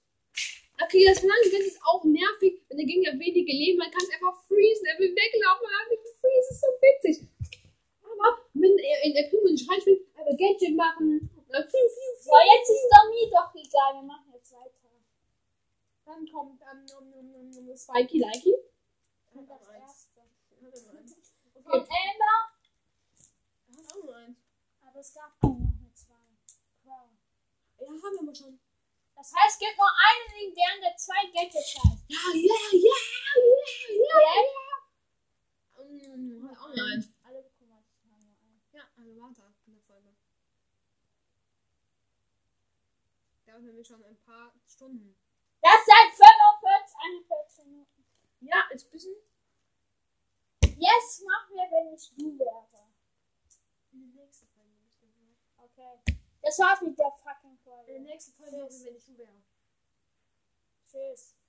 Speaker 2: Okay, das lange Gadget ist auch nervig, wenn der Gegner wenige Leben hat, kann einfach freezen, er will weglaufen, er will freezen, ist so witzig. Aber wenn er in der Primo nicht reinspielt, aber Gadget machen, und dann fiu, fiu,
Speaker 1: So, jetzt ist Domi doch egal. Wir machen jetzt weiter.
Speaker 2: dann kommt ähm, um, um, um, um, das Spikey Likey.
Speaker 1: Und das erste. Von
Speaker 2: Okay,
Speaker 1: Elmer?
Speaker 2: er hat auch nur eins.
Speaker 1: Aber es gab auch noch eine zwei. Wow.
Speaker 2: Ja, haben wir mal schon.
Speaker 1: Das heißt, es gibt nur einen Indianer, der zwei Gadgets hat.
Speaker 2: Ja, ja, ja,
Speaker 1: Ja?
Speaker 2: ja, ja. Ähm, hat auch nur eins.
Speaker 1: Alle bekommen halt nur einen.
Speaker 2: Ja, also warte in der Folge. Dauert nämlich schon ein paar Stunden.
Speaker 1: Das seit 45, 41 Minuten.
Speaker 2: Ja, ist ein bisschen.
Speaker 1: Jetzt machen wir, wenn ich du wäre.
Speaker 2: In der nächsten Folge. nicht mehr.
Speaker 1: Okay. Äh, ne, Das war's mit der fucking
Speaker 2: In
Speaker 1: Folge.
Speaker 2: der nächsten Folge, wenn ich du wäre.
Speaker 1: Tschüss.